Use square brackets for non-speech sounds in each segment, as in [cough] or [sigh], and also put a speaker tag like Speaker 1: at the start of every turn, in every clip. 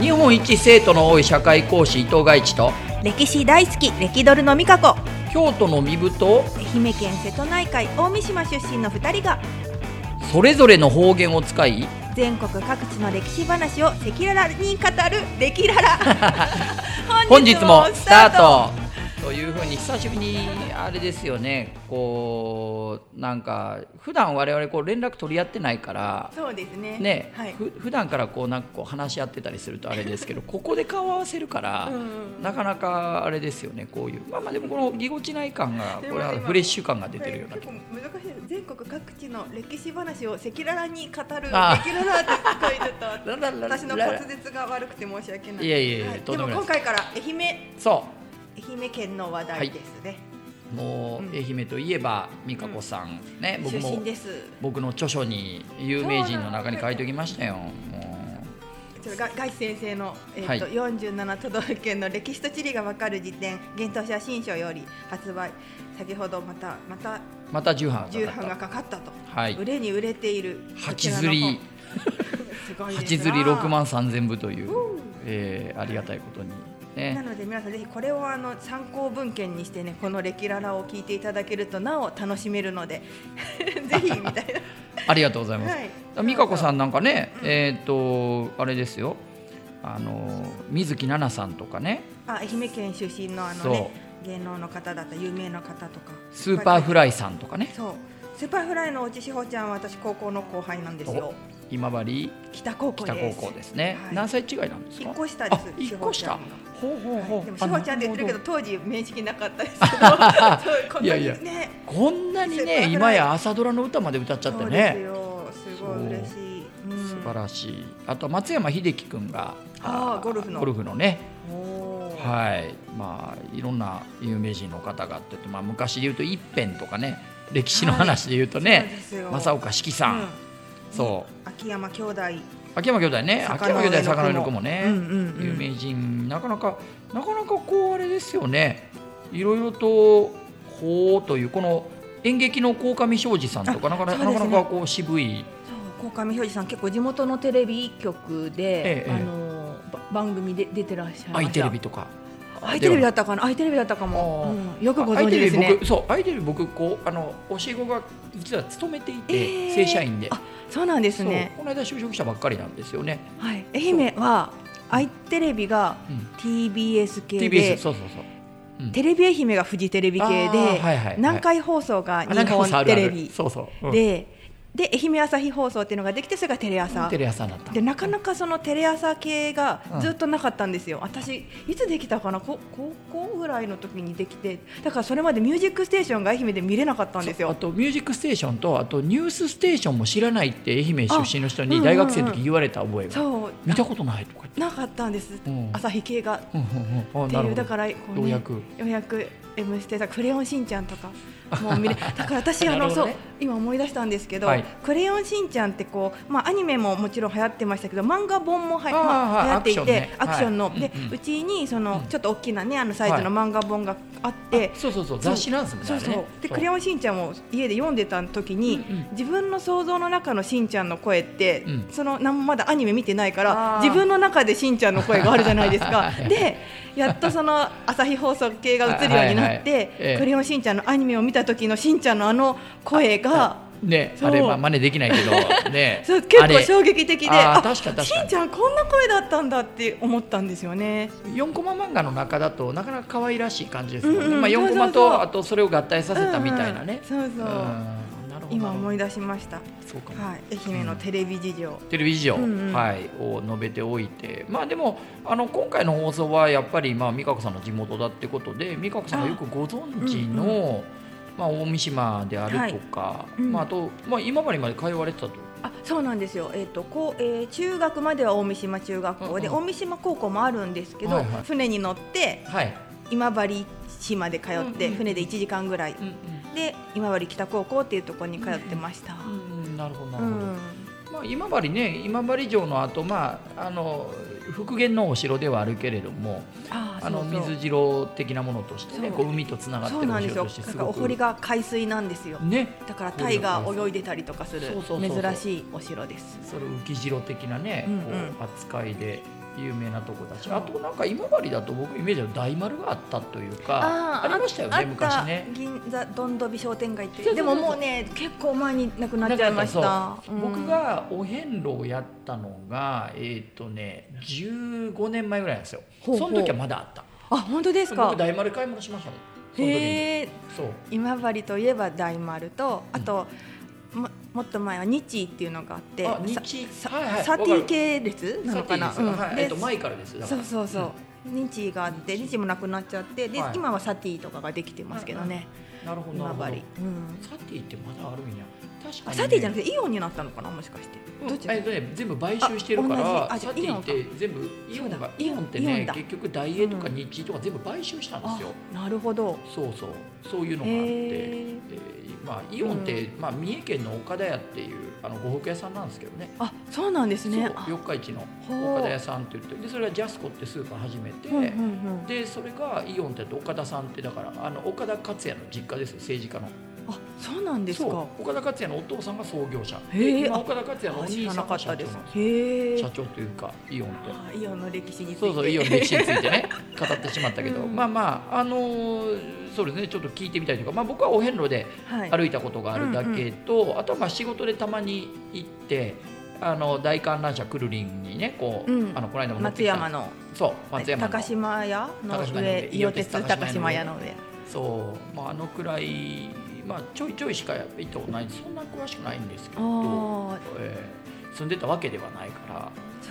Speaker 1: 日本一生徒の多い社会講師伊藤外一と
Speaker 2: 歴史大好き歴ドルの美香子
Speaker 1: 京都の身分と
Speaker 2: 愛媛県瀬戸内海大三島出身の2人が
Speaker 1: それぞれの方言を使い
Speaker 2: 全国各地の歴史話を赤裸々に語る「歴ララ」
Speaker 1: 本日もスタートというふうに久しぶりにあれですよねこうなんか普段我々こう連絡取り合ってないから
Speaker 2: そうですね
Speaker 1: ね、
Speaker 2: はい、
Speaker 1: ふ普段からこうなんかこう話し合ってたりするとあれですけどここで顔合わせるから、
Speaker 2: うん
Speaker 1: なかなかあれですよねこういうまあまあでもこのぎこちない感が
Speaker 2: でも
Speaker 1: これは
Speaker 2: 今
Speaker 1: フレッシュ感が出てるような
Speaker 2: はい
Speaker 1: 気
Speaker 2: 結構難しいです全国各地の歴史話を赤裸々に語る「歴ララ
Speaker 1: あ」
Speaker 2: って聞こえてた
Speaker 1: ラララララ
Speaker 2: 私の滑舌が悪くて申し訳ない
Speaker 1: いやいやいや
Speaker 2: は
Speaker 1: とん
Speaker 2: で
Speaker 1: でも
Speaker 2: も
Speaker 1: ない
Speaker 2: 今回から愛媛愛
Speaker 1: そ
Speaker 2: 媛県の話題ですね、
Speaker 1: うも
Speaker 2: うん
Speaker 1: う愛媛といえば美香子さん、ね僕
Speaker 2: 出
Speaker 1: も
Speaker 2: 身です
Speaker 1: 僕の著書に有名人の中に書いておきましたよも
Speaker 2: ちょっとが外地先生の、え
Speaker 1: は
Speaker 2: ー
Speaker 1: い
Speaker 2: と47都道府県の歴史と地理がわかる辞典「幻冬写新書」より発売先ほどまたまた
Speaker 1: うまた重版
Speaker 2: 重
Speaker 1: がかか
Speaker 2: 版が
Speaker 1: っ
Speaker 2: かかったと、
Speaker 1: たはい
Speaker 2: 売れに売れている
Speaker 1: 八釣り八釣り
Speaker 2: 六
Speaker 1: 6万3000部という、
Speaker 2: うん
Speaker 1: えーありがたいことに
Speaker 2: な
Speaker 1: ね
Speaker 2: ので皆さんぜひこれをあの参考文献にしてねこの「歴ララ」を聞いていただけるとなお楽しめるので [laughs] ぜひみたい
Speaker 1: ありがとうござい
Speaker 2: な、
Speaker 1: ます、
Speaker 2: はい、
Speaker 1: 美香子さ
Speaker 2: ん
Speaker 1: んなんかね、
Speaker 2: うん
Speaker 1: えっ、とあれですよあの水木奈々さんとかね
Speaker 2: あ愛媛県出身のあのね芸能の方だった有名な方とか
Speaker 1: スーパーフラ
Speaker 2: イ
Speaker 1: イさんとかね
Speaker 2: そうスーパーフライのおちしほちゃんは私高校の後輩なんですよ
Speaker 1: 今治
Speaker 2: 北高校
Speaker 1: 北
Speaker 2: で
Speaker 1: 高
Speaker 2: す
Speaker 1: 校ですね、
Speaker 2: はい
Speaker 1: 何歳違いなんですか
Speaker 2: 一個下です
Speaker 1: あ一個下
Speaker 2: 志保ち
Speaker 1: ほうほうほう、
Speaker 2: はいでもしほちゃんって言ってるけど
Speaker 1: あ
Speaker 2: 当時面識なかったです
Speaker 1: [laughs]
Speaker 2: けどそうこん
Speaker 1: い
Speaker 2: な
Speaker 1: や
Speaker 2: に
Speaker 1: いや
Speaker 2: ね
Speaker 1: なるほどこんなに
Speaker 2: スーパーフラ
Speaker 1: ね
Speaker 2: イ
Speaker 1: 今や朝ドラの歌まで歌っちゃって
Speaker 2: そうです
Speaker 1: ね
Speaker 2: よすごい嬉しい、うん
Speaker 1: 素晴らしいあと松山英樹君が
Speaker 2: あーゴルフの
Speaker 1: ゴルフのね
Speaker 2: おー
Speaker 1: はいまあいろんな有名人の方がって言って、まあ、昔で言うと一辺とかね歴史の話で言うとね、
Speaker 2: そうですよ
Speaker 1: 正岡子規さん、
Speaker 2: うん
Speaker 1: そう
Speaker 2: 秋山兄弟
Speaker 1: 秋山兄弟ね秋
Speaker 2: 坂
Speaker 1: 山
Speaker 2: の
Speaker 1: 兄弟
Speaker 2: 上の
Speaker 1: 坂の上の子もね、
Speaker 2: うんうんうん
Speaker 1: 有名人なかなかなかなかこうあれですよねいろいろとこうというこの演劇の鴻上庄司さんとかなかなか,、
Speaker 2: そうですね
Speaker 1: なかなかこう渋い
Speaker 2: そう鴻上表示さん結構地元のテレビ局で、
Speaker 1: ええ
Speaker 2: あのば番組で出てらっしゃいま
Speaker 1: ア
Speaker 2: した
Speaker 1: イテレビとか。
Speaker 2: アイテレビだ
Speaker 1: っ
Speaker 2: ったかなアイテレビだったかも、
Speaker 1: あ
Speaker 2: うんよくご存知ですね
Speaker 1: 僕そうアイテレビ僕こうあの教え子が実は勤めていて、
Speaker 2: ええ
Speaker 1: 正社員で
Speaker 2: あそうなんです
Speaker 1: そう
Speaker 2: ね
Speaker 1: この間就職したばっかりなんですよね。
Speaker 2: はい愛媛はアイテレビが
Speaker 1: うん
Speaker 2: TBS 系
Speaker 1: TBS
Speaker 2: で
Speaker 1: そうそうそう。うん
Speaker 2: テレビ愛媛がフジテレビ系で、
Speaker 1: あーはいはいはい
Speaker 2: 南海放送が
Speaker 1: あなん
Speaker 2: 日
Speaker 1: かこう
Speaker 2: 本テレビ
Speaker 1: あるあるそうそう。うん
Speaker 2: でで愛媛朝日放送っていうのができてそれがテレ朝
Speaker 1: テレ朝だった。
Speaker 2: でなかなかそのテレ朝系が
Speaker 1: うん
Speaker 2: ずっとなかったんですよ、私いつできたかなこ高校ぐらいの時にできてだからそれまで「ミュージックステーション」が愛媛で見れなかったんです
Speaker 1: あ
Speaker 2: よ
Speaker 1: と「ミュージックステーションと」あと「ニュースステーション」も知らないって愛媛出身の人
Speaker 2: あう
Speaker 1: に
Speaker 2: んうんう
Speaker 1: 大
Speaker 2: ん
Speaker 1: 学生の時言われた覚えが、
Speaker 2: そう
Speaker 1: 見たことないとか言って
Speaker 2: なかったんです、
Speaker 1: うん
Speaker 2: 朝日系がっ
Speaker 1: うんうんうんあ
Speaker 2: て
Speaker 1: なるほ
Speaker 2: いうだ
Speaker 1: ど
Speaker 2: からこう、
Speaker 1: ようやく
Speaker 2: ようやく「M ステ」さクレヨンしんちゃん」
Speaker 1: [laughs]
Speaker 2: とか。もう見れだから私
Speaker 1: な
Speaker 2: あの、
Speaker 1: るほ
Speaker 2: そ
Speaker 1: ど
Speaker 2: う
Speaker 1: ね
Speaker 2: 今思い出したんですけど「
Speaker 1: はい
Speaker 2: クレヨンしんちゃん」ってこう、まあ、アニメももちろん流行ってましたけど漫画本もはや、
Speaker 1: あー
Speaker 2: まあ、
Speaker 1: はい
Speaker 2: 流行っていてア
Speaker 1: ア
Speaker 2: ク,、
Speaker 1: クションね
Speaker 2: ションの、
Speaker 1: はい
Speaker 2: で、
Speaker 1: う
Speaker 2: うん
Speaker 1: うん
Speaker 2: ちにその、
Speaker 1: うん
Speaker 2: ちょっと大きなねあのサイズの漫画本があって、
Speaker 1: そうそうそう
Speaker 2: そう
Speaker 1: 雑誌なんですもんね
Speaker 2: そうそう
Speaker 1: あれね
Speaker 2: で「クレヨンしんちゃん」を家で読んでた時に、
Speaker 1: うんうん
Speaker 2: 自分の想像の中のしんちゃんの声って、
Speaker 1: うん
Speaker 2: そのなんまだアニメ見てないか
Speaker 1: あ
Speaker 2: ら
Speaker 1: ー
Speaker 2: 自分の中でしんちゃんの声があるじゃないです
Speaker 1: は [laughs]
Speaker 2: か
Speaker 1: い
Speaker 2: でやっとその朝日放送系が映るようになっ
Speaker 1: はいはいはいえ
Speaker 2: て
Speaker 1: え
Speaker 2: 「クレヨンしんちゃん」のアニメを見た時のしんちゃんのあの声が
Speaker 1: ね
Speaker 2: そう
Speaker 1: あれは真似できないけど
Speaker 2: [laughs]
Speaker 1: ね
Speaker 2: そう結
Speaker 1: あ
Speaker 2: 構
Speaker 1: れ
Speaker 2: 衝撃的で
Speaker 1: あー確かに確か
Speaker 2: し
Speaker 1: に
Speaker 2: んちゃんこんな声だったんだって思ったんですよね。
Speaker 1: 4コマ漫画の中だとなかなか可愛らしい感じですもんね、
Speaker 2: うんうん
Speaker 1: まあ、4コマ
Speaker 2: そうそうそう
Speaker 1: とあとそれを合体させたみたいなね、
Speaker 2: うんうんそうそう
Speaker 1: うんなるほど
Speaker 2: 今思い
Speaker 1: 出
Speaker 2: 出しました、
Speaker 1: そうかも、
Speaker 2: はい、愛媛のテレビ事情、
Speaker 1: テレビ事情、
Speaker 2: うんうん
Speaker 1: はい、を述べておいて、まあ、でもあの今回の放送はやっぱり、まあ、美香子さんの地元だってことで美香子さんがよくご存知の
Speaker 2: あうん
Speaker 1: まあ、大三島であるとか、
Speaker 2: いうん
Speaker 1: まあ、あと、まあ、今治まで通われてたと。
Speaker 2: あそうなんですよ、えーとこうえー中学までは大三島中学校で、
Speaker 1: うんうん
Speaker 2: 大三島高校もあるんですけど、
Speaker 1: はいはい
Speaker 2: 船に乗って
Speaker 1: はい、
Speaker 2: 今治市まで通って、
Speaker 1: うんうん
Speaker 2: 船で1時間ぐらい、
Speaker 1: うん
Speaker 2: で今治北高校っていうところに通ってました。
Speaker 1: うんうん、なるほどな
Speaker 2: う
Speaker 1: るほど、
Speaker 2: ん
Speaker 1: まあ、今治ね今治城の後、まああの復元のお城ではあるけれども
Speaker 2: あー
Speaker 1: あの
Speaker 2: そうそう
Speaker 1: 水城的なものとしてね
Speaker 2: そう
Speaker 1: こう海とつながって
Speaker 2: そう
Speaker 1: る
Speaker 2: な
Speaker 1: お
Speaker 2: んです
Speaker 1: 城
Speaker 2: よ
Speaker 1: として
Speaker 2: なん
Speaker 1: す
Speaker 2: かお
Speaker 1: ごく
Speaker 2: 堀が海水なんですよ
Speaker 1: ね
Speaker 2: だからタイが泳いでたりとかする
Speaker 1: そうそうそうそう
Speaker 2: 珍しいお城です
Speaker 1: それ浮城的なね、
Speaker 2: うんうん
Speaker 1: こう扱いで有名なとこだし
Speaker 2: そう
Speaker 1: あとなんか今治だと僕イメージは大丸があったというか
Speaker 2: あ
Speaker 1: あ
Speaker 2: ー
Speaker 1: りましたよ
Speaker 2: あ
Speaker 1: ね
Speaker 2: った
Speaker 1: 昔ね。
Speaker 2: 銀座どんどび商店街って
Speaker 1: そうそう
Speaker 2: で
Speaker 1: そう
Speaker 2: ももうね結構前になくなっちゃいまし
Speaker 1: なか
Speaker 2: た
Speaker 1: ったそう僕がお遍路をやったのがえっ、とね15年前ぐらいなんですよ
Speaker 2: ほうほう
Speaker 1: その時はまだあった
Speaker 2: あ本当ですか
Speaker 1: 僕大丸買い物しましたもんその時に
Speaker 2: へえ
Speaker 1: そう
Speaker 2: 今治といえば大丸とあと、ももっと前は日医っていうのがあって
Speaker 1: あ
Speaker 2: さ
Speaker 1: 日はいはい
Speaker 2: サテ
Speaker 1: わ
Speaker 2: ィ
Speaker 1: かる
Speaker 2: 系列なのかな
Speaker 1: サティですよはいえっと
Speaker 2: で
Speaker 1: 前からですだか
Speaker 2: そ
Speaker 1: ら
Speaker 2: うそうそう、日医があって日医もなくなっちゃってで、
Speaker 1: はい
Speaker 2: 今はサティとかができてますけどね、
Speaker 1: なるほどなるほど
Speaker 2: 今治、うん、
Speaker 1: サティってまだあるんや確か
Speaker 2: あ
Speaker 1: にね
Speaker 2: サティじゃなくてイオンになったのかなもしかして、どっちだ
Speaker 1: えっとね、全部買収してるか
Speaker 2: あ同
Speaker 1: ら
Speaker 2: じ
Speaker 1: サ
Speaker 2: あ
Speaker 1: テ
Speaker 2: じゃ
Speaker 1: ィ
Speaker 2: あ
Speaker 1: って全部イオン
Speaker 2: そう
Speaker 1: が
Speaker 2: だ
Speaker 1: イオンって
Speaker 2: イオン
Speaker 1: ね
Speaker 2: だ
Speaker 1: 結局ダイエーとか日医とか全部買収したんですよ、
Speaker 2: あなるほど
Speaker 1: そうそうそういうのがあって、
Speaker 2: へー
Speaker 1: でまあ、イオンって、まあ、三重県の岡田屋っていうあの呉服屋さんなんですけどね
Speaker 2: あそうなんですね
Speaker 1: そう
Speaker 2: あ
Speaker 1: 四日市の
Speaker 2: ほう
Speaker 1: 岡田屋さんって言ってでそれはジャスコってスーパー始めて、
Speaker 2: うんうんうん
Speaker 1: でそれがイオンってやって岡田さんってだからあの岡田克也の実家ですよ政治家の
Speaker 2: あそうなんです
Speaker 1: そう
Speaker 2: か
Speaker 1: 岡田克也のお父さんが創業者
Speaker 2: へえ
Speaker 1: で今
Speaker 2: あ
Speaker 1: 岡田克也のお
Speaker 2: あ
Speaker 1: 兄
Speaker 2: 知ら
Speaker 1: さ
Speaker 2: なんか
Speaker 1: が
Speaker 2: った
Speaker 1: 社
Speaker 2: で
Speaker 1: 長
Speaker 2: す
Speaker 1: なんです
Speaker 2: へえ
Speaker 1: 社長というかイオンって。
Speaker 2: あイオンの歴史について
Speaker 1: そうそうイオンの歴史についてね [laughs] 語ってしまったけど、
Speaker 2: うん
Speaker 1: まあまああのーそうですねちょっと聞いてみたりとか、まあ、僕はお遍路で
Speaker 2: [laughs] はい
Speaker 1: 歩いたことがあるだけと、あとはまあ仕事でたまに行ってあの大観覧車くるりんにねこう、
Speaker 2: うん
Speaker 1: あのこの間も乗ってき
Speaker 2: 松
Speaker 1: た
Speaker 2: 山の
Speaker 1: そう松山の
Speaker 2: 高島屋の
Speaker 1: 高島屋の
Speaker 2: 上
Speaker 1: 上
Speaker 2: 伊予鉄
Speaker 1: 高
Speaker 2: 高
Speaker 1: 島
Speaker 2: 島
Speaker 1: 屋
Speaker 2: 屋
Speaker 1: の
Speaker 2: の上
Speaker 1: そう、まあ、あのくらい、まあ、ちょいちょいしか行ったことないそんな詳しくないんですけど、
Speaker 2: ああ
Speaker 1: えー住んでたわけではないから。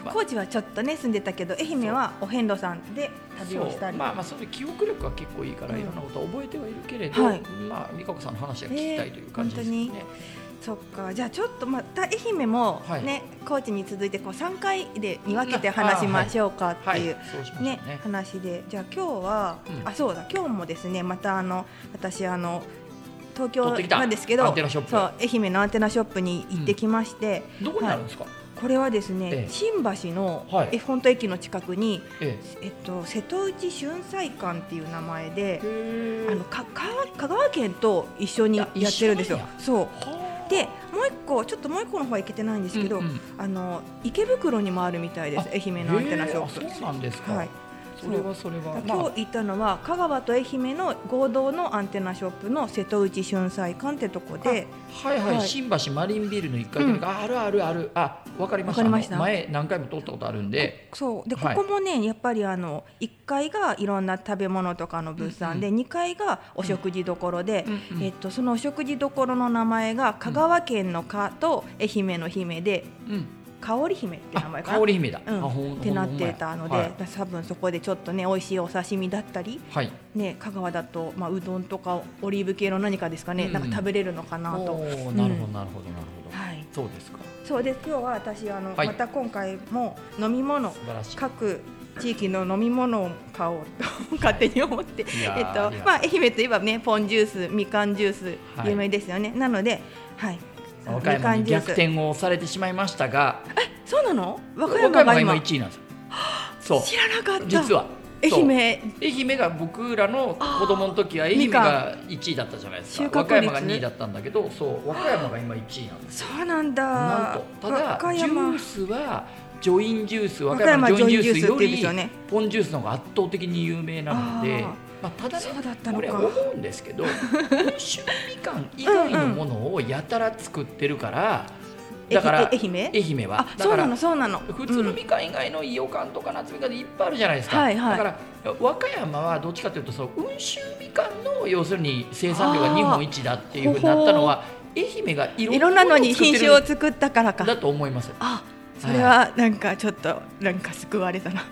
Speaker 1: まあ
Speaker 2: 高知はちょっとね住んでたけど愛媛はお遍路さんで旅をし
Speaker 1: そ
Speaker 2: たり
Speaker 1: うまあまあそれ記憶力は結構いいから
Speaker 2: うん
Speaker 1: いろんなことは覚えてはいるけれど、
Speaker 2: はい
Speaker 1: まあ美香子さんの話は聞きたいという感じですよね。
Speaker 2: そっかじゃあちょっとまた愛媛も
Speaker 1: はい
Speaker 2: ね、高知に続いてこう3回でに分けて話しましょうかって
Speaker 1: はい
Speaker 2: いう、、
Speaker 1: そうしましょうね
Speaker 2: ね。話でじゃあ今日は、
Speaker 1: うん
Speaker 2: あそうだ今日もですねまたあの私あの
Speaker 1: 取
Speaker 2: 東京
Speaker 1: ってきた
Speaker 2: なんですけど
Speaker 1: アンテナショップ
Speaker 2: そう愛媛のアンテナショップに行ってきまして、
Speaker 1: どこにあるんですか。
Speaker 2: これはですね、
Speaker 1: ええ
Speaker 2: 新橋の
Speaker 1: はい
Speaker 2: え本島駅の近くに、
Speaker 1: え
Speaker 2: えっと、瀬戸内春菜館っていう名前で
Speaker 1: え、
Speaker 2: あのかか香川県と一緒にやってるんですよ
Speaker 1: いや。
Speaker 2: そう
Speaker 1: はあ
Speaker 2: でもう一個ちょっともう一個の方は行けてないんですけど、
Speaker 1: うんうん
Speaker 2: あの池袋にもあるみたいです
Speaker 1: あ
Speaker 2: 愛媛のアンテナショッ
Speaker 1: へ
Speaker 2: プ。
Speaker 1: えあそうなんですか。
Speaker 2: はい
Speaker 1: それはそれは。ま
Speaker 2: 今日行ったのは香川と愛媛の合同のアンテナショップの瀬戸内春菜館ってとこで
Speaker 1: あ、はいはい、
Speaker 2: はい
Speaker 1: 新橋マリンビルの一階というか、あるあるある。あ、わかりました。
Speaker 2: わかりました
Speaker 1: あの前何回も通ったことあるんで。
Speaker 2: そうでこ
Speaker 1: はい
Speaker 2: こもね、やっぱりあの1階がいろんな食べ物とかの物産で、
Speaker 1: う
Speaker 2: 2階がお食事どころで、
Speaker 1: うんうん
Speaker 2: えっと、そのお食事どころの名前が香川県の「か」と愛媛の「姫」で
Speaker 1: うん。
Speaker 2: 「香り姫」って名
Speaker 1: あ、
Speaker 2: 前かな
Speaker 1: 香り姫だ。
Speaker 2: うん
Speaker 1: あほん
Speaker 2: ってなってたので、
Speaker 1: はい
Speaker 2: 多分そこでちょっとね美味しいお刺身だったり、
Speaker 1: はい。
Speaker 2: ね、香川だと、まあ、うどんとかオリーブ系の何かですかね、
Speaker 1: うん
Speaker 2: なんか食べれるのかなと。
Speaker 1: おー
Speaker 2: うん
Speaker 1: なるほどなるほどなるほど、
Speaker 2: はい、
Speaker 1: そうですか
Speaker 2: そうで今日は私あの、
Speaker 1: はい
Speaker 2: また今回も飲み物
Speaker 1: 素晴らしい
Speaker 2: 各地域の飲み物を買おうと勝手に思って、
Speaker 1: いやー
Speaker 2: えっと
Speaker 1: ありがとう
Speaker 2: まあ、愛媛といえばねポンジュースみかんジュー
Speaker 1: は
Speaker 2: ス
Speaker 1: い
Speaker 2: 有名ですよね、なので、はい、
Speaker 1: 和歌山に逆転をされてしまいましたが
Speaker 2: そうなの和
Speaker 1: 和
Speaker 2: 歌
Speaker 1: 歌
Speaker 2: 山
Speaker 1: 山
Speaker 2: が
Speaker 1: が
Speaker 2: 今
Speaker 1: 今1位なんですよそう
Speaker 2: 知らなかった
Speaker 1: 実はそう
Speaker 2: 愛媛
Speaker 1: 愛媛が僕らの子供の時は愛媛が1位だったじゃないですか
Speaker 2: み
Speaker 1: 和
Speaker 2: か
Speaker 1: 歌
Speaker 2: ん
Speaker 1: 山が
Speaker 2: 収穫率
Speaker 1: 2位だったんだけどそう和歌山が今1位なんです
Speaker 2: そうなんだ
Speaker 1: なんとた
Speaker 2: 和
Speaker 1: だ
Speaker 2: 歌
Speaker 1: ジュ
Speaker 2: 山
Speaker 1: ースはジョインジュース和歌山のジョインジュースよ
Speaker 2: 和歌山ジョインジュースって言うんです
Speaker 1: り
Speaker 2: よね
Speaker 1: ポンジュースの方が圧倒的に有名なので
Speaker 2: あー
Speaker 1: まあ、ただね
Speaker 2: そうだったの
Speaker 1: これ
Speaker 2: か
Speaker 1: 思うんです
Speaker 2: [laughs]
Speaker 1: けど温州みかん以外のものをやたら作ってるから、だから
Speaker 2: え愛媛
Speaker 1: 愛媛は
Speaker 2: あ
Speaker 1: だ
Speaker 2: そう
Speaker 1: か
Speaker 2: なの
Speaker 1: ら
Speaker 2: そうなの
Speaker 1: 普通の
Speaker 2: うん
Speaker 1: みかん以外のいよかんとか夏みかんでいっぱいあるじゃないですか、
Speaker 2: はいはい
Speaker 1: だから和歌山はどっちかというとその温州みかんの要するに生産量が日本一だっていうふうになったのは愛媛がいろ
Speaker 2: い
Speaker 1: んな
Speaker 2: ろんなのに
Speaker 1: 作っ
Speaker 2: 品
Speaker 1: てる
Speaker 2: 種を作ったから
Speaker 1: だ
Speaker 2: か
Speaker 1: と思います
Speaker 2: あそれはなんかちょっとなんか救われたな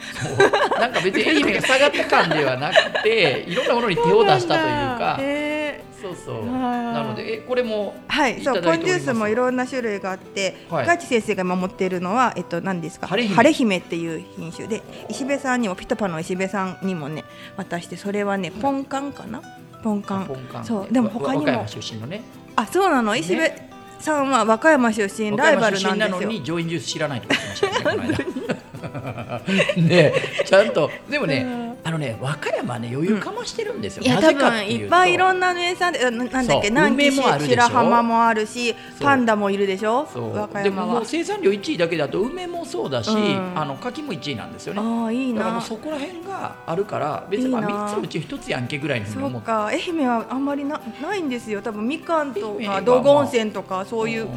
Speaker 1: なんか別に愛媛が下がった感ではなく
Speaker 2: [laughs]
Speaker 1: ていろんなものに手を出したというか
Speaker 2: へー
Speaker 1: そうそう
Speaker 2: あー
Speaker 1: なのでえこれも
Speaker 2: はいそ
Speaker 1: いうただ
Speaker 2: ポ
Speaker 1: いて
Speaker 2: ン
Speaker 1: おり
Speaker 2: ジ
Speaker 1: ます
Speaker 2: ュースもいろんな種類があって
Speaker 1: はい
Speaker 2: 深地先生が今持ってるのはえっと何ですか
Speaker 1: 晴れ姫
Speaker 2: っていう品種で石部さんにもピトパの石部さんにもね渡してそれはねポンカンかなポンカン
Speaker 1: ポンカン
Speaker 2: そうでも
Speaker 1: わ
Speaker 2: 他に
Speaker 1: 和歌
Speaker 2: も
Speaker 1: 山出身のね
Speaker 2: あそうなの石部
Speaker 1: ね
Speaker 2: さんは和歌山出身
Speaker 1: 和
Speaker 2: ライバ
Speaker 1: 歌山
Speaker 2: ル
Speaker 1: 出
Speaker 2: な
Speaker 1: 身
Speaker 2: ん
Speaker 1: な
Speaker 2: で
Speaker 1: の
Speaker 2: すよ
Speaker 1: にジョインジュース知らないとか言ってましたねこの間
Speaker 2: [laughs]
Speaker 1: ねちゃんとでもね、
Speaker 2: うん
Speaker 1: あのね和歌山はね余裕かましてるんですよ、
Speaker 2: いや
Speaker 1: な
Speaker 2: 多
Speaker 1: ぜか
Speaker 2: 分
Speaker 1: てうと
Speaker 2: いっぱいいろんな名産であななんだっけ
Speaker 1: そう
Speaker 2: 南紀
Speaker 1: 梅もあるでしょ
Speaker 2: 白浜もあるし
Speaker 1: そう
Speaker 2: パンダもいるでしょ
Speaker 1: そう
Speaker 2: 和歌
Speaker 1: で
Speaker 2: 山
Speaker 1: もも
Speaker 2: は
Speaker 1: う生産量1位だけだと梅もそうだし、
Speaker 2: うん
Speaker 1: あの柿も1位なんですよね
Speaker 2: ああいい
Speaker 1: だからも
Speaker 2: な
Speaker 1: うそこら辺があるから別にまあ
Speaker 2: いいな
Speaker 1: 3つのうち1つやんけぐらいのふうに
Speaker 2: そ
Speaker 1: 思
Speaker 2: う
Speaker 1: って
Speaker 2: か愛媛はあんまりなないんですよ多分みかんと
Speaker 1: 愛媛はまあ
Speaker 2: か道後温泉とかそういうん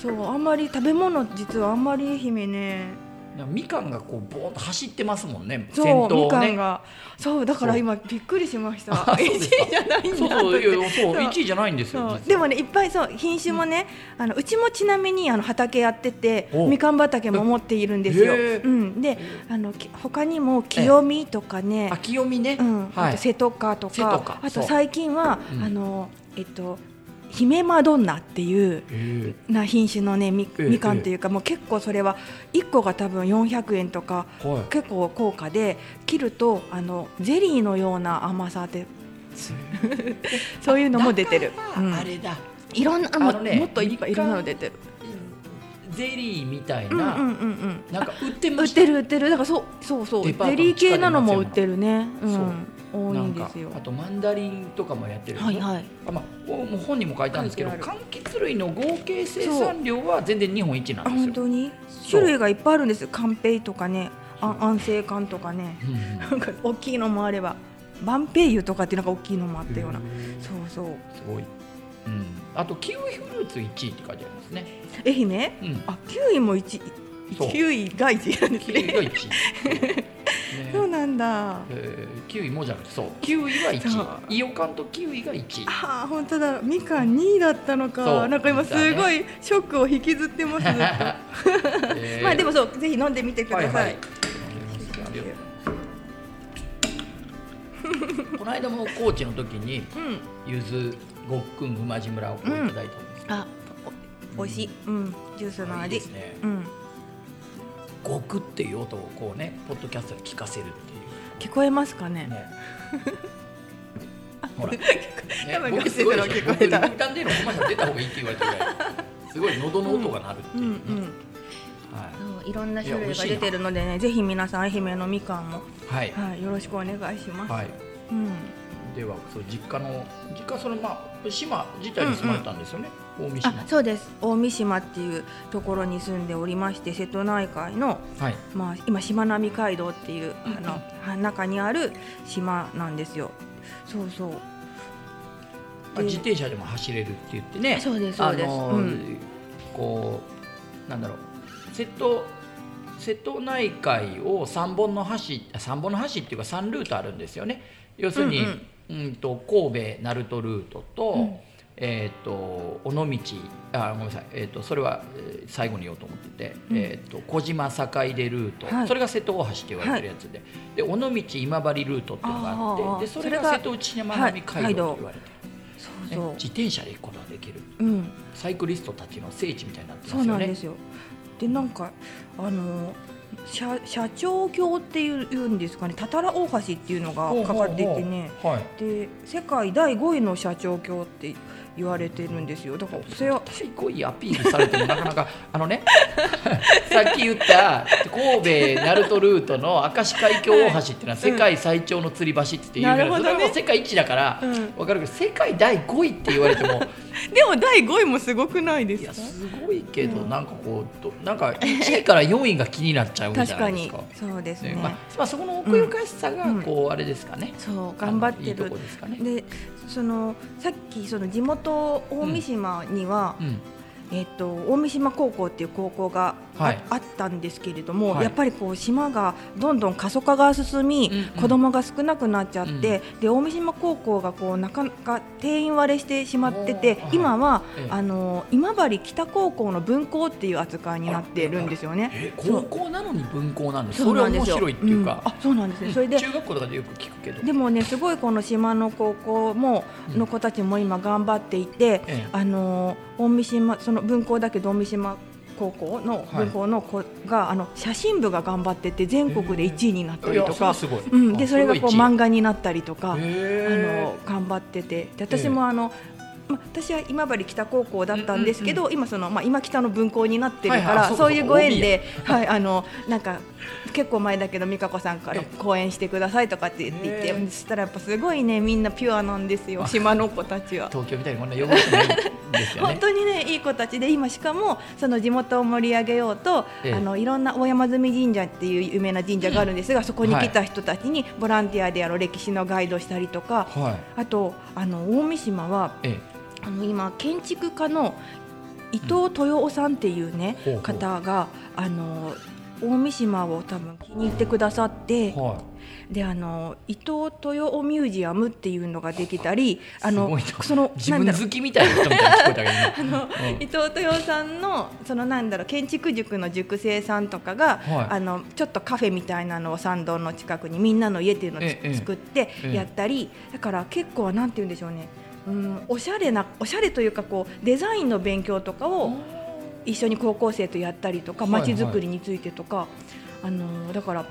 Speaker 2: そうあんまり食べ物実はあんまり愛媛ね
Speaker 1: だからみかんがこうボーンと走ってますもんね
Speaker 2: そ
Speaker 1: 先
Speaker 2: う
Speaker 1: 頭
Speaker 2: み
Speaker 1: を
Speaker 2: かん
Speaker 1: ね
Speaker 2: がそうだから今びっくりしました
Speaker 1: あそう
Speaker 2: 1
Speaker 1: で
Speaker 2: 位
Speaker 1: すか
Speaker 2: じゃないん
Speaker 1: そう
Speaker 2: だと
Speaker 1: そういやい
Speaker 2: 思って
Speaker 1: やそう
Speaker 2: そう
Speaker 1: 1位じゃないんですよ
Speaker 2: そう
Speaker 1: 実
Speaker 2: で
Speaker 1: は
Speaker 2: もねいっぱいそう品種もね、うあのうちもちなみにあの畑やってて
Speaker 1: お
Speaker 2: みかん畑も持っているんですよ。
Speaker 1: へえ
Speaker 2: うん、であのき他にも清見とかね、
Speaker 1: 秋読みね、
Speaker 2: うん、
Speaker 1: は
Speaker 2: あ
Speaker 1: い
Speaker 2: と瀬戸かとか
Speaker 1: 瀬戸か
Speaker 2: あ
Speaker 1: そ
Speaker 2: と
Speaker 1: う
Speaker 2: 最近は、
Speaker 1: うん
Speaker 2: あのえっと姫マドンナっていう
Speaker 1: え
Speaker 2: な品種のねみ
Speaker 1: ええ
Speaker 2: みかんというか、もう結構それは1個が多分400円とか
Speaker 1: ーはい
Speaker 2: 結構高価で切るとあのゼリーのような甘さで [laughs] そういうのも出てる
Speaker 1: だ。か
Speaker 2: うん
Speaker 1: らあれだ、
Speaker 2: いろんなあも
Speaker 1: あのね
Speaker 2: もっといっぱいいろんなの出てる。
Speaker 1: ゼリーみたい
Speaker 2: うんうん
Speaker 1: な、
Speaker 2: うん
Speaker 1: なんか売って
Speaker 2: うん。売
Speaker 1: ま
Speaker 2: っ
Speaker 1: した
Speaker 2: てる売ってるだからそうそうそうゼ
Speaker 1: デパートの
Speaker 2: リー系なのも売ってるね。う
Speaker 1: 松山の
Speaker 2: ん多い
Speaker 1: なんん
Speaker 2: で
Speaker 1: か
Speaker 2: すよ。
Speaker 1: あとマンダリンとかもやってるでしょ
Speaker 2: はいはい。
Speaker 1: あまあ、おもう本にも書いたんですけど
Speaker 2: 書いてあ
Speaker 1: 柑橘類の合計生産量は全然日本一な
Speaker 2: あ
Speaker 1: ん
Speaker 2: 本
Speaker 1: ですよ。
Speaker 2: 当に
Speaker 1: そう
Speaker 2: 種類がいっぱいあるんですよ。カンペイとかね、あ安静缶とかね、
Speaker 1: うん
Speaker 2: なんか大きいのもあれば、バンペイユとかっていうのが大きいのもあったような。
Speaker 1: す
Speaker 2: そうそう。
Speaker 1: ごい、うん、あとキウイフルーツ1位って書いてありますね。
Speaker 2: 愛媛？
Speaker 1: うん、
Speaker 2: あキウイも一
Speaker 1: そう
Speaker 2: キウイが一位なんです
Speaker 1: キウイ
Speaker 2: ね。
Speaker 1: が1位、
Speaker 2: そう
Speaker 1: ね
Speaker 2: なんだ。あ
Speaker 1: えーキウイもじゃなくてそうキウイは
Speaker 2: そう
Speaker 1: 1位イオカンとキウイが1位。
Speaker 2: あー本当だ。みかん2位だったの
Speaker 1: そ
Speaker 2: か。
Speaker 1: う
Speaker 2: なんか今すごいショックを引きずっ
Speaker 1: [laughs]
Speaker 2: てます。ずっと
Speaker 1: えー
Speaker 2: まあでもそうぜひ飲んでみてください。
Speaker 1: はいはいありがとうございますこの間も高知の時に
Speaker 2: うん。
Speaker 1: ゆずごっくん馬路村をこういただいたんですけど、
Speaker 2: あ、お美味しい。うん。ジュースの
Speaker 1: いい
Speaker 2: 味。
Speaker 1: ですね
Speaker 2: うん。
Speaker 1: ごくっていう音をこうねポッドキャストで聞かせるってい
Speaker 2: 聞こえますか
Speaker 1: う
Speaker 2: ね。
Speaker 1: ね [laughs] ほら、ね
Speaker 2: やばい
Speaker 1: 僕すごいでしょ
Speaker 2: ガチで聞こえた
Speaker 1: 僕僕探偵のコマーシャル出た方がいいって言われ [laughs] てるぐらいすごい喉の音が鳴るって
Speaker 2: う
Speaker 1: いう
Speaker 2: んう
Speaker 1: ね、
Speaker 2: ん。
Speaker 1: は
Speaker 2: そういろんな種
Speaker 1: いや美
Speaker 2: 類
Speaker 1: 味
Speaker 2: が
Speaker 1: しいな
Speaker 2: 出てるのでね、ぜひ皆さん愛媛のみかんも、
Speaker 1: いはい、
Speaker 2: はい、よろしくお願いします。
Speaker 1: はい
Speaker 2: うん。
Speaker 1: ではそう実家の実家そのまあ島自体に住まれたんですよね、大三
Speaker 2: あ、
Speaker 1: 島
Speaker 2: そうです。大三島っていうところに住んでおりまして、瀬戸内海の
Speaker 1: はい
Speaker 2: まあ今しまなみ海道っていうあ
Speaker 1: うん
Speaker 2: のは中にある島なんですよ。そうそう。
Speaker 1: あ自転車でも走れるって言ってね
Speaker 2: そうですそ
Speaker 1: あ
Speaker 2: うです。
Speaker 1: のー
Speaker 2: うん。
Speaker 1: こうなんだろう瀬戸瀬戸内海を三本の橋三本の橋っていうか三ルートあるんですよね要するに、
Speaker 2: うん
Speaker 1: うんと神戸鳴門ルートと、
Speaker 2: うん
Speaker 1: えっ、と尾道あごめんなさいえっ、とそれはえー最後に言おうと思ってて、
Speaker 2: うん
Speaker 1: えっ、と小島坂出ルート、
Speaker 2: はい
Speaker 1: それが瀬戸大橋って言われてるやつで、で尾道今治ルートっていうのがあ
Speaker 2: あ
Speaker 1: っ
Speaker 2: ー
Speaker 1: てでそれ
Speaker 2: それ
Speaker 1: が
Speaker 2: が
Speaker 1: 瀬戸内山並海道って言われてる、
Speaker 2: そう
Speaker 1: ね
Speaker 2: そ
Speaker 1: 自転車で行くことができる
Speaker 2: う。うん。
Speaker 1: サイクリストたちの聖地みたいになって
Speaker 2: そ
Speaker 1: ま
Speaker 2: う
Speaker 1: す
Speaker 2: な
Speaker 1: よ
Speaker 2: んで
Speaker 1: ね。
Speaker 2: すよ。でなんかあの社社長橋っていう言うんですかね、たたら大橋っていうのがかかっていてね。
Speaker 1: ほうほうほう。はい。
Speaker 2: で世界第5位の社長橋って言われてるんですよ。だからそれは
Speaker 1: すごいアピールされてもなかなかあのね [laughs] さっき言った神戸鳴門ルートの明石海峡大橋っていうのは世界最長の吊り橋って言って有名
Speaker 2: な
Speaker 1: な
Speaker 2: る
Speaker 1: ん
Speaker 2: ほ
Speaker 1: で
Speaker 2: ど
Speaker 1: すそれ
Speaker 2: ね
Speaker 1: はもう世界一だから、
Speaker 2: う
Speaker 1: わ
Speaker 2: ん
Speaker 1: かるけど世界第5位って言わ
Speaker 2: [laughs]
Speaker 1: れても
Speaker 2: でも第5位もすごくないで
Speaker 1: いや
Speaker 2: すか？
Speaker 1: すごいけど、
Speaker 2: うん
Speaker 1: なんかこうどなんか1位から4位が気になっちゃうんじゃ
Speaker 2: 確
Speaker 1: な
Speaker 2: か
Speaker 1: いです
Speaker 2: に
Speaker 1: か。
Speaker 2: そうです
Speaker 1: ね
Speaker 2: ね。
Speaker 1: まあまあ、そこの奥ゆかしさが
Speaker 2: うん
Speaker 1: こう、あれですかね。
Speaker 2: そう頑張っ
Speaker 1: あのい
Speaker 2: て
Speaker 1: いと
Speaker 2: る
Speaker 1: こ。ですかね。
Speaker 2: でそのさっきその地元大三島には、
Speaker 1: うん。
Speaker 2: えっと大三島高校っていう高校があ,、
Speaker 1: はい
Speaker 2: あったんですけれども、
Speaker 1: はい
Speaker 2: やっぱりこう島がどんどん過疎化が進み、
Speaker 1: うんうん
Speaker 2: 子供が少なくなっちゃって、で大三島高校がこうなかなか定員割れしてしまってて
Speaker 1: おー
Speaker 2: 今は、
Speaker 1: ええ
Speaker 2: あの今治北高校の分校っていう扱いになってるんですよね。
Speaker 1: え
Speaker 2: そ
Speaker 1: 高
Speaker 2: う
Speaker 1: 校なのに文校なんです
Speaker 2: そ
Speaker 1: そうれは
Speaker 2: なんで
Speaker 1: 面
Speaker 2: すよ。
Speaker 1: 白いっていう
Speaker 2: うん
Speaker 1: か、
Speaker 2: あそうなんですね。それで
Speaker 1: 中学校とかでよく聞くけど
Speaker 2: でもねすごいこの島の高校も
Speaker 1: うん
Speaker 2: の子たちも今頑張っていて、
Speaker 1: ええ
Speaker 2: あの大三島その文校だけど大三島高校の
Speaker 1: はい
Speaker 2: 文校の子が、あの写真部が頑張ってて全国で1位になった
Speaker 1: い
Speaker 2: り
Speaker 1: や
Speaker 2: と
Speaker 1: それ
Speaker 2: か、
Speaker 1: すごい、
Speaker 2: うん、でそれがこう漫
Speaker 1: 画
Speaker 2: 画になったりとか、あ
Speaker 1: あ
Speaker 2: の頑張っててで私もあの、まあ、私は今治北高校だったんですけど、
Speaker 1: うん
Speaker 2: 今その、まあ、今北の分校になってるから、
Speaker 1: はいはいあそう
Speaker 2: そ
Speaker 1: かそうう
Speaker 2: いうご縁で、はい、あのなんか結構前だけど美香子さんから
Speaker 1: え
Speaker 2: 講演してくださいとかって言って
Speaker 1: へー
Speaker 2: そしたらやっぱすごいねみんなピュアなんですよ島の子たちは。
Speaker 1: 東京みたいにこんな汚れてないんですよ
Speaker 2: 本
Speaker 1: ね。
Speaker 2: 当にねいい子たちで今しかもその地元を盛り上げようと、
Speaker 1: ええ
Speaker 2: あのいろんな大山積神社っていう有名な神社があるんですが、そこに来た人たちにボランティアであの歴史のガイドしたりとか、
Speaker 1: はい。
Speaker 2: あとあの大三島は
Speaker 1: え
Speaker 2: あの今建築家の伊藤豊夫さんっていうね、
Speaker 1: ほうほう
Speaker 2: 方があの大三島を多分気に入ってくださって、
Speaker 1: え。は
Speaker 2: であの伊藤豊夫ミュージアムっていうのができたりあ
Speaker 1: すご
Speaker 2: の
Speaker 1: いな
Speaker 2: その
Speaker 1: い。自
Speaker 2: なんだ
Speaker 1: 分
Speaker 2: ろ
Speaker 1: 好
Speaker 2: う
Speaker 1: きみたいな人みたいに聞こえたけど今。
Speaker 2: [laughs] あ
Speaker 1: う
Speaker 2: の
Speaker 1: ん
Speaker 2: 伊藤豊夫さんのそのなんだろう建築塾の塾生さんとかが、
Speaker 1: はい
Speaker 2: あのちょっとカフェみたいなのを参道の近くにみんなの家っていうのをつ、
Speaker 1: ええ
Speaker 2: 作って
Speaker 1: ええ
Speaker 2: やったり、だから結構なんて言うんでしょうねうんおしゃれなおしゃれというかこうデザインの勉強とかを一緒に高校生とやったりとか
Speaker 1: はいはい
Speaker 2: 街づくりについてとか、あのだから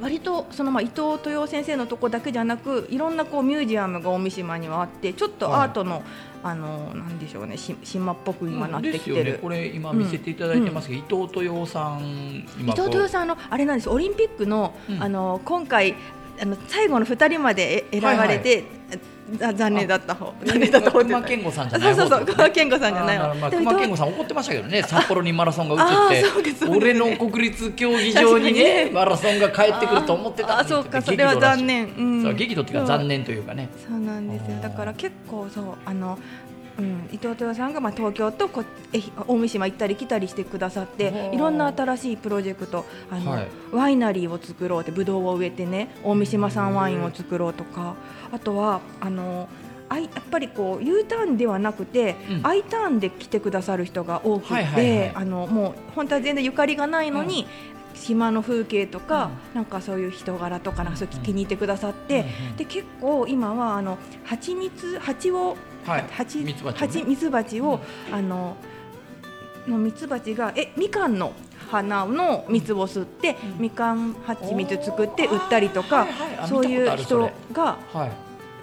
Speaker 2: 割とそのまあ伊藤豊夫先生のとこだけじゃなくいろんなこうミュージアムが大三島にはあってちょっとアートの、あのなんでしょうねし島っぽく今なってき
Speaker 1: です
Speaker 2: て
Speaker 1: よ
Speaker 2: る、
Speaker 1: ね。これ今見せていただいてますけど、伊藤豊さん
Speaker 2: 伊
Speaker 1: 今
Speaker 2: 藤
Speaker 1: こう
Speaker 2: 豊夫さんのあれなんですオリンピックの,、
Speaker 1: うん
Speaker 2: あの今回あの最後の二人までえ選ばれて、ざ残念だった方残念だ [laughs] った方って言
Speaker 1: 熊
Speaker 2: った
Speaker 1: 健吾さんじゃな
Speaker 2: そ
Speaker 1: いう方
Speaker 2: そうそう
Speaker 1: ですね
Speaker 2: 熊健吾さんじゃない
Speaker 1: あーるほどま
Speaker 2: 方
Speaker 1: あ
Speaker 2: でも伊
Speaker 1: 熊健
Speaker 2: 藤
Speaker 1: 吾さん怒ってましたけどね札幌にマラソンが
Speaker 2: あ
Speaker 1: 移
Speaker 2: ー
Speaker 1: っ
Speaker 2: そうか
Speaker 1: て
Speaker 2: そうか
Speaker 1: 俺の国立競技場に
Speaker 2: 確かに
Speaker 1: ね
Speaker 2: ね
Speaker 1: マラソンが帰ってくると思ってた
Speaker 2: あーそうか
Speaker 1: って
Speaker 2: そ
Speaker 1: 言って
Speaker 2: れ
Speaker 1: 激怒ら
Speaker 2: は残
Speaker 1: しい
Speaker 2: 念、うん、
Speaker 1: そう激怒っていうか
Speaker 2: そう
Speaker 1: 残念というかね
Speaker 2: そうなんです
Speaker 1: あ
Speaker 2: よ
Speaker 1: ー
Speaker 2: だから結構そうあの、うん、伊藤豊さんがまあ東京とこえひ大三島行ったり来たりしてくださっ
Speaker 1: ほ
Speaker 2: て
Speaker 1: う
Speaker 2: いろんな新しいプロジェクトあの、
Speaker 1: はい
Speaker 2: ワイナリーを作ろうってブドウを植えてね大三島産ワインを作ろうとかあとはあのあいやっぱりこう U ターンではなくて、
Speaker 1: うん
Speaker 2: I ターンで来てくださる人が多くて、
Speaker 1: はいはいはい
Speaker 2: あのもう本当は全然ゆかりがないのに、島の風景とか、なんかそういう人柄とかなんかそういう気に入ってくださって、
Speaker 1: うんうん
Speaker 2: で結構今はあの蜂蜜蜂を
Speaker 1: はい
Speaker 2: 蜂
Speaker 1: 蜜蜂をね
Speaker 2: 蜂蜜蜂を、あのの蜜蜂がえみかんの花の蜜を吸って、
Speaker 1: うん
Speaker 2: みかん蜂蜜作って売ったりとか
Speaker 1: おーはいはいあ
Speaker 2: そうい
Speaker 1: 見たことあ
Speaker 2: う
Speaker 1: るそ
Speaker 2: 人
Speaker 1: れ
Speaker 2: が
Speaker 1: はい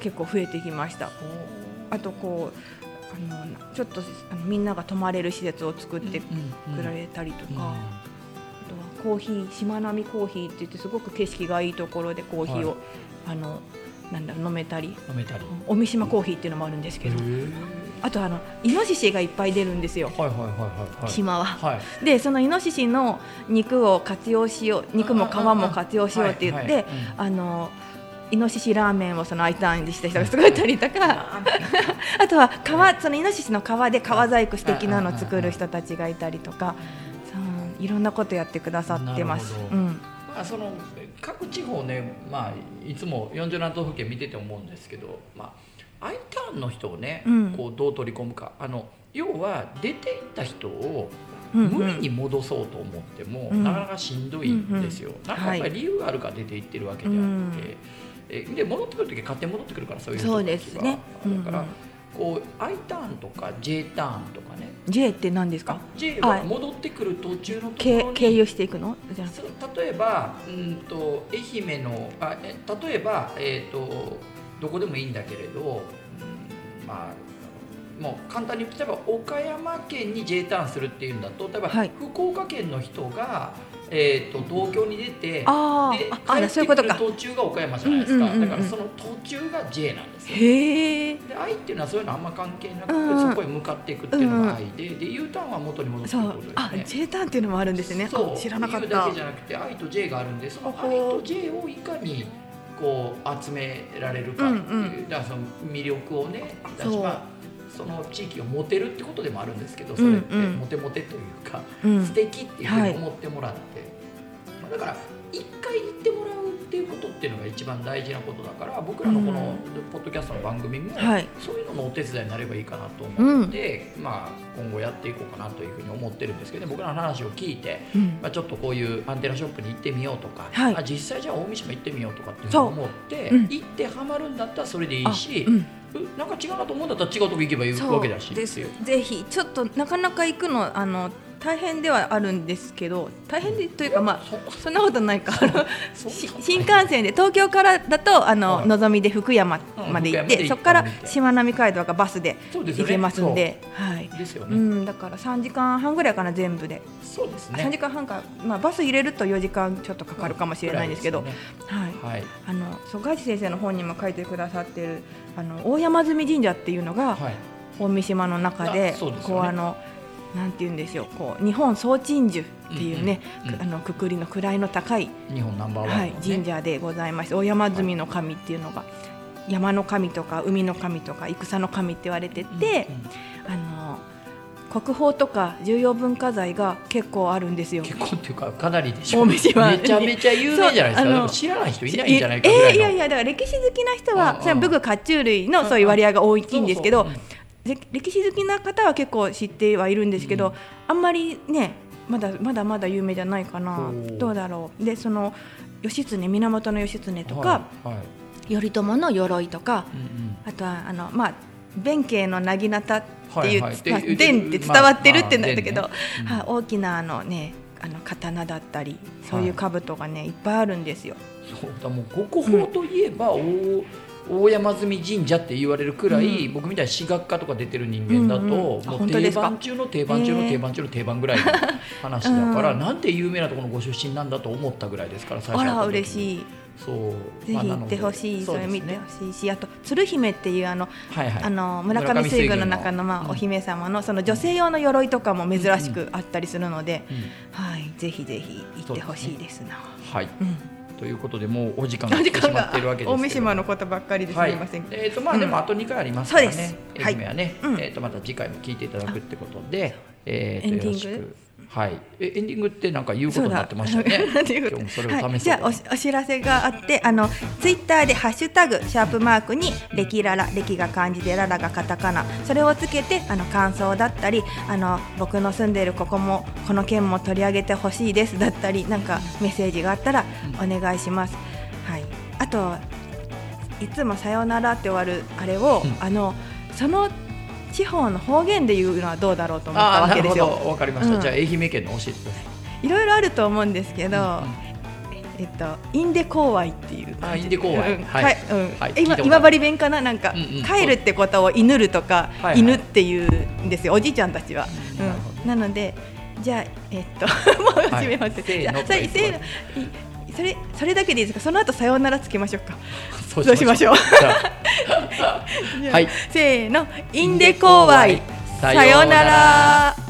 Speaker 2: 結構増えてきました。あとこうあのちょっとあのみんなが泊まれる施設を作ってく
Speaker 1: うんうん
Speaker 2: れたりとか。
Speaker 1: うん
Speaker 2: あとはコーヒーしまなみコーヒーって言ってすごく景色がいいところでコーヒーを、
Speaker 1: は
Speaker 2: あのなんだろう飲めたり
Speaker 1: 飲めたり
Speaker 2: お三島コーヒーっていうのもあるんですけど、
Speaker 1: は
Speaker 2: あとあのイノシシがいっぱい出るんですよ、
Speaker 1: いはいはいはいはい
Speaker 2: 島は。
Speaker 1: はい
Speaker 2: でそのイノシシの肉を活用しよう肉も皮も活用しようって言って、
Speaker 1: はいはいうん
Speaker 2: あのイノシシラーメンをそのアイターンにした人がすごいいたりとかあとは皮そのイノシシの皮で皮細工素敵なのを作る人たちがいたりとかそういろんなことやってくださってます
Speaker 1: なる。ほ
Speaker 2: う
Speaker 1: ど
Speaker 2: ん
Speaker 1: まあ、その各地方ね、まあ、いつも47都道府県見てて思うんですけど、まあ、I ターンの人をね、
Speaker 2: うん
Speaker 1: こうどう取り込むかあの要は出ていった人を
Speaker 2: うん
Speaker 1: 無理に戻そうと思っても、
Speaker 2: うん
Speaker 1: なかなかしんどいんですよ、なんかやっぱり理由があるから出ていってるわけであって、
Speaker 2: うん
Speaker 1: えで戻ってくる時は勝手に戻ってくるからそういう人
Speaker 2: そうですね
Speaker 1: たちはだから、
Speaker 2: うん
Speaker 1: こう I ターンとか J ターンとかね
Speaker 2: J って何です
Speaker 1: あ
Speaker 2: か
Speaker 1: J
Speaker 2: は
Speaker 1: はい戻ってくる途中のところ
Speaker 2: け
Speaker 1: に、
Speaker 2: 経由していくのじゃなくて
Speaker 1: そう例えばうんと愛媛のあえ例えば、えー、とどこでもいいんだけれど、うんまあもう簡単に言うと例えば岡山県に J ターンするっていうんだと例えば、
Speaker 2: はい
Speaker 1: 福岡県の人が、えー、と東京に出て
Speaker 2: あ
Speaker 1: で
Speaker 2: ーああ
Speaker 1: 帰
Speaker 2: そ
Speaker 1: っ
Speaker 2: ういうこ
Speaker 1: てく
Speaker 2: と
Speaker 1: る
Speaker 2: か
Speaker 1: 途中が岡山じゃないですか、
Speaker 2: うんうんうんうん
Speaker 1: だからその途中が J なんですよ。
Speaker 2: へえ
Speaker 1: で愛っていうのはそういうのあんま関係なく、
Speaker 2: うんうん
Speaker 1: そこへ向かっていくっていうのが愛で,、で U ターンは元に戻って
Speaker 2: そ
Speaker 1: くるって
Speaker 2: う
Speaker 1: ことですね。
Speaker 2: あ J ターンっていうのもあるんですね
Speaker 1: そう
Speaker 2: あ知らなかっ
Speaker 1: U だ
Speaker 2: た
Speaker 1: けじゃなくて I と J があるんでその
Speaker 2: ほ
Speaker 1: I
Speaker 2: ほ
Speaker 1: と J をいかにこう集められるかっていう、
Speaker 2: うんう
Speaker 1: だからその魅力をねだし
Speaker 2: そう
Speaker 1: まあその地域をモテるってことでもあるんですけどそれって
Speaker 2: うんうん
Speaker 1: モテモテというか、
Speaker 2: うん
Speaker 1: 素敵っていうふうに思ってもらって、まあだから一回行ってもらうっていうことっていうのが一番大事なことだから僕らのこのポッドキャストの番組も、
Speaker 2: はい
Speaker 1: そういうののお手伝いになればいいかなと思って、まあ、今後やっていこうかなというふうに思ってるんですけど、ね、僕らの話を聞いて、
Speaker 2: うん
Speaker 1: まあ、ちょっとこういうアンテナショップに行ってみようとか、
Speaker 2: はい
Speaker 1: あ実際じゃあ大三島行ってみようとかっていうふう
Speaker 2: そう
Speaker 1: に思って、
Speaker 2: うん
Speaker 1: 行ってはまるんだったらそれでいいし
Speaker 2: あ、うん
Speaker 1: うなんか違うなと思うんだったら違うとこ行けばいいわけだし
Speaker 2: で
Speaker 1: って
Speaker 2: す
Speaker 1: いう
Speaker 2: ぜひちょっとなかなか行くのあの大変ではあるんですけど大変でというかまあ
Speaker 1: そこ
Speaker 2: そんなことないかあの
Speaker 1: そ
Speaker 2: し
Speaker 1: そ
Speaker 2: 新幹線で東京からだとあの、
Speaker 1: はい
Speaker 2: のぞみで福山まで行っ
Speaker 1: うん福山まで行って
Speaker 2: てそこからしまなみ海道がバスで
Speaker 1: そうですよ
Speaker 2: 行
Speaker 1: ね
Speaker 2: けますんではい
Speaker 1: そうですよね、
Speaker 2: うん、だから3時間半ぐらいかな全部で、
Speaker 1: そうです
Speaker 2: 3時
Speaker 1: ね
Speaker 2: 間半か、まあ、バス入れると4時間ちょっとかかるかもしれないんですけど、
Speaker 1: ぐらい
Speaker 2: はい
Speaker 1: です、よねはい
Speaker 2: あの蘇我地先生の本にも書いてくださってるあの大山積神社っていうのが
Speaker 1: はい
Speaker 2: 大三島の中
Speaker 1: あ
Speaker 2: で
Speaker 1: そうですよね
Speaker 2: こうあのなんて言うんですよこう日本総鎮守っていうね、
Speaker 1: うんうんうん
Speaker 2: くあのくくりの位の高い、
Speaker 1: 日本ナンバーワン
Speaker 2: は
Speaker 1: の、
Speaker 2: い
Speaker 1: ね、
Speaker 2: 神社でございまして大山積の神っていうのが山の神とか海の神とか戦の神って言われてて、
Speaker 1: うんうん
Speaker 2: あの国宝とか重要文化財が結構あるんですよ。
Speaker 1: 結構っていうかかなりでしょ
Speaker 2: 大飯は
Speaker 1: めちゃめちゃ有名じゃないです
Speaker 2: そうあ
Speaker 1: か
Speaker 2: の
Speaker 1: でも知らない人いないんじゃないかぐらい
Speaker 2: えーいやい
Speaker 1: の
Speaker 2: やだから歴史好きな人
Speaker 1: うんう
Speaker 2: は
Speaker 1: ん
Speaker 2: それは武具甲冑類のそういう割合が多い
Speaker 1: そうそうん
Speaker 2: ですけど
Speaker 1: うん
Speaker 2: ぜ歴史好きな方は結構知ってはいるんですけど、
Speaker 1: うん
Speaker 2: あんまりねまだまだまだ有名じゃないかな
Speaker 1: ほう
Speaker 2: どうだろうでその義経源義経とか、
Speaker 1: はいはい
Speaker 2: 頼朝の鎧とか
Speaker 1: うんうん
Speaker 2: あとはあのまあ弁慶の薙刀っていう、
Speaker 1: はいはい
Speaker 2: つまあ
Speaker 1: っていう
Speaker 2: 伝って伝わってるって
Speaker 1: まあ
Speaker 2: なるんだけど、
Speaker 1: ま伝ねうん
Speaker 2: はい大きなあのねあの刀だったりそういう兜がねいっぱいあるんですよ。
Speaker 1: そうだもう国宝といえば、大大山積神社って言われるくらい、
Speaker 2: う
Speaker 1: 僕みたいに私学科とか出てる人間だと、
Speaker 2: うんうんあ
Speaker 1: もう
Speaker 2: 本当
Speaker 1: 定
Speaker 2: ですか
Speaker 1: 番中の定番中の
Speaker 2: へえ
Speaker 1: 定番中の定番ぐらいの話だから、
Speaker 2: うん
Speaker 1: なんて有名なところのご出身なんだと思ったぐらいですから最
Speaker 2: あ
Speaker 1: 初
Speaker 2: ら嬉
Speaker 1: い
Speaker 2: しい。
Speaker 1: そう
Speaker 2: ぜひ行ってほしい、それ見て
Speaker 1: ほ
Speaker 2: ほしいし、あと鶴姫っていうあの、
Speaker 1: はいはい
Speaker 2: あの村
Speaker 1: 村
Speaker 2: 上
Speaker 1: 上
Speaker 2: 水
Speaker 1: 水
Speaker 2: 軍
Speaker 1: 軍
Speaker 2: の
Speaker 1: の
Speaker 2: 中のま
Speaker 1: う
Speaker 2: あ
Speaker 1: ん
Speaker 2: お姫様のその女性用の鎧とかも珍しくあったりするので、
Speaker 1: うん
Speaker 2: はい、ぜひぜひ行ってほしいですな。
Speaker 1: はい
Speaker 2: うん、
Speaker 1: ということでもうお時間が来てしまっているわけですけど
Speaker 2: 大三島のことばっかりです
Speaker 1: はい
Speaker 2: みません。
Speaker 1: えっ、とまあ
Speaker 2: うん
Speaker 1: でもあと2回ありますからね。
Speaker 2: そうですは
Speaker 1: 愛
Speaker 2: い
Speaker 1: 媛はね、
Speaker 2: うん
Speaker 1: えっ、とまた次回も聞いていただくってことで、え
Speaker 2: エン
Speaker 1: ー、
Speaker 2: デ
Speaker 1: と
Speaker 2: ィ
Speaker 1: よ
Speaker 2: ン
Speaker 1: ろ
Speaker 2: グ
Speaker 1: しく。はい。えエンディングってなんか言うことになってましたよね。
Speaker 2: [laughs] なんていう
Speaker 1: 今
Speaker 2: こと
Speaker 1: 日もそれを試そう、
Speaker 2: はい、じゃあおしお知らせがあってあのツイッターでハッシュタグシャープマークにレキララレキが漢字でララがカタカナそれをつけてあの感想だったりあの僕の住んでいるここもこの県も取り上げてほしいですだったりなんかメッセージがあったらお願いします。はい、あといつもさよならって終わるあれを、
Speaker 1: うん
Speaker 2: あのその地方の方言で言うのはどうだろうと思った
Speaker 1: ああー
Speaker 2: わ
Speaker 1: な
Speaker 2: け
Speaker 1: る
Speaker 2: で
Speaker 1: ほ
Speaker 2: すよ。
Speaker 1: ど。わかりました。
Speaker 2: うん
Speaker 1: じゃあ愛媛県の教えてください。
Speaker 2: いろいろあると思うんですけど。
Speaker 1: うん
Speaker 2: えっと、インデコーイっていう
Speaker 1: あインデコーアイ
Speaker 2: うん
Speaker 1: はい
Speaker 2: かうん
Speaker 1: はい聞いたことあ
Speaker 2: 今
Speaker 1: る
Speaker 2: 今治弁かななんか、
Speaker 1: うんうん
Speaker 2: 帰るってことを犬るとか、
Speaker 1: はいはい
Speaker 2: 犬っていうんですよおじいちゃんたちは、
Speaker 1: うんなるほ
Speaker 2: うん、なのでじゃあえっと [laughs] もう
Speaker 1: はい
Speaker 2: 始めます、
Speaker 1: せーの
Speaker 2: じゃあさい
Speaker 1: とか言
Speaker 2: せー
Speaker 1: って
Speaker 2: のいそれそれだけでいいですかその後さようならつけましょうか
Speaker 1: ど
Speaker 2: そうしましょう
Speaker 1: [laughs] じゃあはい。
Speaker 2: せーのインデコーイ
Speaker 1: さ
Speaker 2: さ
Speaker 1: よ
Speaker 2: よ
Speaker 1: う
Speaker 2: う
Speaker 1: な
Speaker 2: な
Speaker 1: ら
Speaker 2: ら